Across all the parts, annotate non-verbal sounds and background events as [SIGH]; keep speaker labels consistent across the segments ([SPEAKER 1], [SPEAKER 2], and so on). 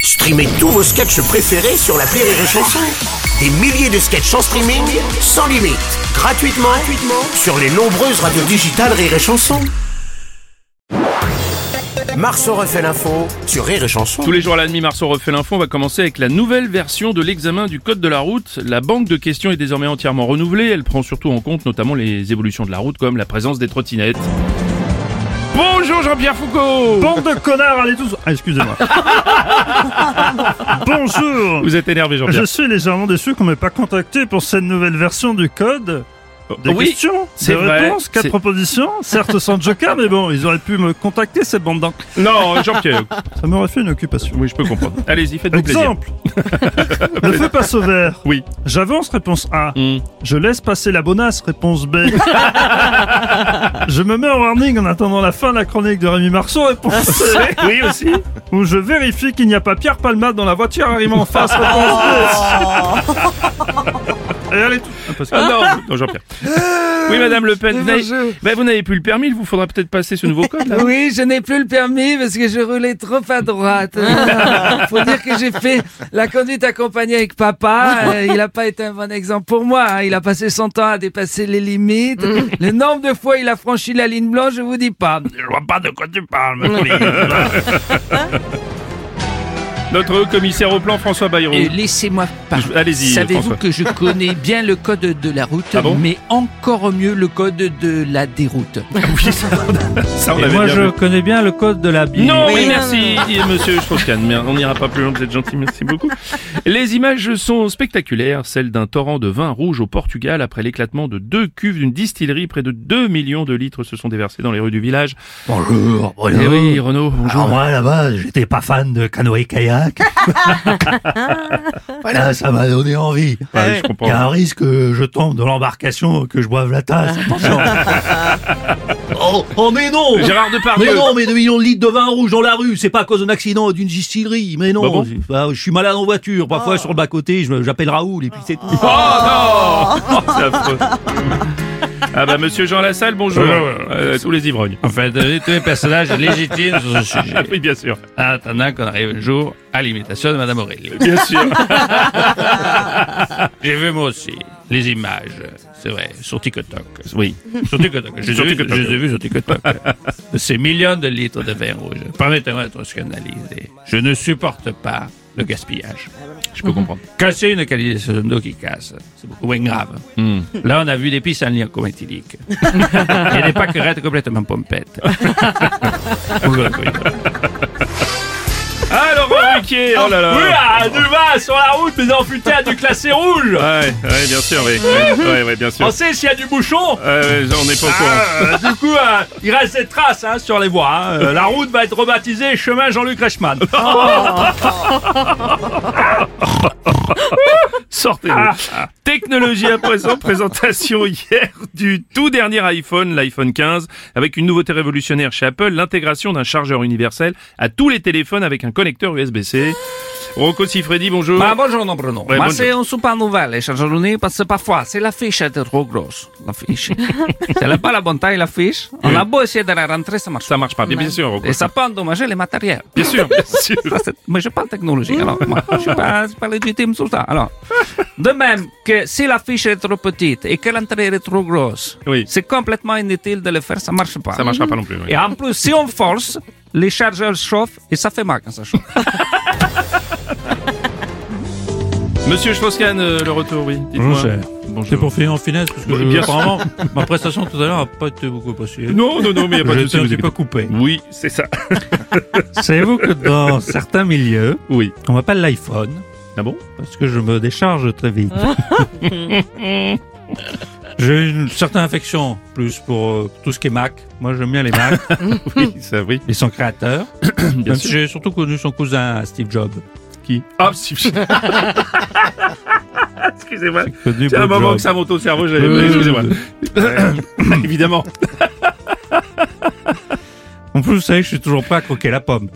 [SPEAKER 1] Streamez tous vos sketchs préférés sur la Rire et Chanson. Des milliers de sketchs en streaming, sans limite, gratuitement, gratuitement sur les nombreuses radios digitales Rire et Chanson. Marceau refait l'info sur Rire et Chanson.
[SPEAKER 2] Tous les jours à la demi, Marceau refait l'info. On va commencer avec la nouvelle version de l'examen du code de la route. La banque de questions est désormais entièrement renouvelée. Elle prend surtout en compte notamment les évolutions de la route, comme la présence des trottinettes. Bonjour Jean-Pierre Foucault
[SPEAKER 3] Bande de connards, allez tous
[SPEAKER 2] [LAUGHS]
[SPEAKER 3] Ah, excusez-moi. Bonjour
[SPEAKER 2] Vous êtes énervé
[SPEAKER 3] Je
[SPEAKER 2] Jean-Pierre.
[SPEAKER 3] suis légèrement déçu qu'on m'ait pas contacté pour cette nouvelle version du code. Des
[SPEAKER 2] Oui,
[SPEAKER 3] questions,
[SPEAKER 2] c'est
[SPEAKER 3] des
[SPEAKER 2] vrai,
[SPEAKER 3] réponses, quatre
[SPEAKER 2] c'est-
[SPEAKER 3] propositions, certes sans joker, mais bon, ils auraient pu me contacter, ces bandes d'en-
[SPEAKER 2] Non, Jean-Pierre.
[SPEAKER 3] Ça m'aurait fait une occupation.
[SPEAKER 2] Oui, je peux comprendre. Allez-y, faites-vous plaisir.
[SPEAKER 3] Exemple [LAUGHS] Le feu passe au vert.
[SPEAKER 2] Oui.
[SPEAKER 3] J'avance, réponse A.
[SPEAKER 2] Hmm.
[SPEAKER 3] Je laisse passer la bonasse, réponse B. [LAUGHS] je me mets en warning en attendant la fin de la chronique de Rémi Marceau, réponse C.
[SPEAKER 2] Ah, Oui aussi.
[SPEAKER 3] Où je vérifie qu'il n'y a pas Pierre Palma dans la voiture arrivant en face, réponse
[SPEAKER 2] Oh.
[SPEAKER 3] D. Et allez, tout. Ah, parce que- Ah,
[SPEAKER 2] Ah non, non Jean-Pierre. Oui Madame Le Pen, vous n'avez- ben, vous n'avez plus le permis, il vous faudra peut-être passer ce nouveau code là.
[SPEAKER 4] Oui, je n'ai plus le permis parce que je roulais trop à droite.
[SPEAKER 2] Ah.
[SPEAKER 4] [LAUGHS] Faut dire que j'ai fait la conduite accompagnée avec papa. Euh, Il n'a pas été un bon exemple pour moi. hein. Il a passé son temps à dépasser les limites.
[SPEAKER 2] Mm.
[SPEAKER 4] Le nombre de fois il a franchi la ligne blanche, je vous dis pas.
[SPEAKER 3] Je vois pas de quoi tu parles, ma fille.
[SPEAKER 2] [LAUGHS] Notre haut commissaire au plan François Bayrou.
[SPEAKER 5] Euh, Laissez-moi
[SPEAKER 2] Je-
[SPEAKER 5] parler.
[SPEAKER 2] allez-y, François.
[SPEAKER 5] Savez-vous que je connais bien le code de la route,
[SPEAKER 2] Ah bon
[SPEAKER 5] mais encore mieux le code de la déroute.
[SPEAKER 2] Ça, on
[SPEAKER 3] Et
[SPEAKER 2] l'avait
[SPEAKER 3] moi,
[SPEAKER 2] bien
[SPEAKER 3] je
[SPEAKER 2] vu.
[SPEAKER 3] connais bien le code de la bille.
[SPEAKER 2] Non, oui, merci, monsieur Strauss-Kahn. Mais on n'ira pas plus loin, vous êtes gentil, merci [LAUGHS] beaucoup. Les images sont spectaculaires, celles d'un torrent de vin rouge au Portugal après l'éclatement de deux cuves d'une distillerie. Près de 2 millions de litres se sont déversés dans les rues du village.
[SPEAKER 6] Bonjour, bonjour.
[SPEAKER 2] Eh oui, Renaud, bonjour.
[SPEAKER 6] Alors moi là-bas, j'étais pas fan de canoë-kayak. voilà, ça m'a donné envie.
[SPEAKER 2] Ah, Ouais, je
[SPEAKER 6] Il y a
[SPEAKER 2] comprends.
[SPEAKER 6] un risque que je tombe dans l'embarcation, que je boive la tasse. Attention. [LAUGHS] oh, oh, mais non
[SPEAKER 2] Gérard
[SPEAKER 6] Mais
[SPEAKER 2] Depardieu.
[SPEAKER 6] non, mais 2 millions de litres de vin rouge dans la rue, c'est pas à cause d'un accident ou d'une distillerie. Mais non,
[SPEAKER 2] Bah bon
[SPEAKER 6] je- bah, je suis malade en voiture. Parfois, sur le bas-côté, je me- j'appelle Raoul et puis c'est tout.
[SPEAKER 2] Oh non Oh, c'est affreux. Ah bah monsieur Jean Lassalle, bonjour. Euh, tous les ivrognes.
[SPEAKER 7] En fait, euh, tous les personnages légitimes sur ce
[SPEAKER 2] Ah
[SPEAKER 7] sujet.
[SPEAKER 2] oui, bien sûr.
[SPEAKER 7] En attendant qu'on arrive le jour à l'imitation de Madame Aurélie.
[SPEAKER 2] Bien sûr.
[SPEAKER 7] J'ai vu moi aussi les images, c'est vrai, sur TikTok.
[SPEAKER 2] Oui.
[SPEAKER 7] Sur TikTok. Je
[SPEAKER 2] Sur
[SPEAKER 7] les ai vues-
[SPEAKER 2] TikTok.
[SPEAKER 7] je les ai vues sur TikTok. De ces millions de litres de vin rouge. Permettez-moi d'être scandalisé. [LAUGHS] Je ne supporte pas le gaspillage.
[SPEAKER 2] Je peux comprendre.
[SPEAKER 7] Casser une qualité d'eau qui casse, c'est beaucoup moins grave.
[SPEAKER 8] Hmm.
[SPEAKER 7] Là, on a vu des pistes en lien
[SPEAKER 8] [LAUGHS]
[SPEAKER 7] cométhylique. Et des pâquerettes complètement pompettes. Vous le reconnaissez.
[SPEAKER 2] Ah Laurent Ruquier, oh
[SPEAKER 7] ah.
[SPEAKER 2] là là.
[SPEAKER 8] Ah,
[SPEAKER 3] du vin sur la route, mais enfuté à du classé rouge.
[SPEAKER 7] Ah.
[SPEAKER 2] Ouais, ouais, bien sûr, oui. Ouais, ouais, ouais, bien sûr.
[SPEAKER 8] Ah.
[SPEAKER 3] sait s'il y a du bouchon.
[SPEAKER 2] Euh, on n'est pas au courant.
[SPEAKER 3] Ah, euh, du coup, euh, il reste des traces hein, sur les voies. hein. Euh, la route va être rebaptisée Chemin Jean-Luc Reichmann.
[SPEAKER 2] Sortez-le. Technologie à présent, présentation hier du tout dernier iPhone, l'iPhone 15, avec une nouveauté révolutionnaire chez Apple, l'intégration d'un chargeur universel à tous les téléphones avec un connecteur USB-C. Rocco Siffredi, bonjour.
[SPEAKER 4] Bah, bonjour, non, Bruno.
[SPEAKER 2] Ouais,
[SPEAKER 4] Bah,
[SPEAKER 2] bonjour.
[SPEAKER 4] c'est une super nouvelle, les chargeurs unis, parce que parfois, c'est l'affiche était trop grosse. L'affiche. c'est pas la bonne taille, l'affiche.
[SPEAKER 2] Eh.
[SPEAKER 4] On a E beau essayer de la rentrer, ça marche.
[SPEAKER 2] Ça marche pas, bien, bien sûr, Rocco.
[SPEAKER 4] Et ça peut endommager les matériels.
[SPEAKER 2] Bien [LAUGHS] sûr, bien sûr.
[SPEAKER 4] Ça, c'est- Moi, je parle technologie, alors
[SPEAKER 2] [LAUGHS]
[SPEAKER 4] moi, je suis pas, je suis pas légitime sur ça. Alors, de même que si la fiche est trop petite et que l'entrée est trop grosse,
[SPEAKER 2] Oui.
[SPEAKER 4] c'est complètement inutile de le faire, ça marche pas.
[SPEAKER 2] Ça marchera pas non plus. oui.
[SPEAKER 4] Et en plus, si on force, les chargeurs chauffent et ça fait mal quand ça chauffe.
[SPEAKER 2] Monsieur Strauss-Kahn, euh, le retour, oui. Dites-moi. Bonjour.
[SPEAKER 8] C'est pour finir en finesse, parce que
[SPEAKER 2] Oui,
[SPEAKER 8] je-
[SPEAKER 2] bien sûr.
[SPEAKER 8] apparemment, ma prestation tout à l'heure n'a pas été beaucoup possible.
[SPEAKER 2] Non, non, non, mais il n'y a pas de
[SPEAKER 8] J'étais
[SPEAKER 2] souci.
[SPEAKER 8] un
[SPEAKER 2] vous
[SPEAKER 8] petit
[SPEAKER 2] inquiétez
[SPEAKER 8] peu coupé.
[SPEAKER 2] pas. Oui, c'est ça.
[SPEAKER 8] Savez-vous que dans certains milieux,
[SPEAKER 2] Oui.
[SPEAKER 8] on m'appelle l'iPhone,
[SPEAKER 2] Ah bon
[SPEAKER 8] parce que je me décharge très vite. J'ai une certaine affection, plus pour euh, tout ce qui est Mac. Moi, j'aime bien les Mac
[SPEAKER 2] Oui, ça, oui.
[SPEAKER 8] et son créateur.
[SPEAKER 2] [COUGHS] Bien
[SPEAKER 8] Même si
[SPEAKER 2] sûr.
[SPEAKER 8] j'ai surtout connu son cousin Steve Jobs.
[SPEAKER 2] Qui Ah, si. [LAUGHS] Excusez-moi.
[SPEAKER 8] Connu
[SPEAKER 2] C'est un
[SPEAKER 8] pour
[SPEAKER 2] moment
[SPEAKER 8] Jobs.
[SPEAKER 2] que ça monte au cerveau, j'avais. Excusez-moi. [COUGHS] Évidemment.
[SPEAKER 8] En plus, vous savez, que je suis toujours prêt à croquer la pomme.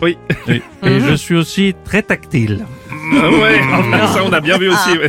[SPEAKER 2] Oui.
[SPEAKER 8] Et, et je suis aussi très tactile.
[SPEAKER 2] Ah ouais, enfin, ça on a bien vu aussi. ouais.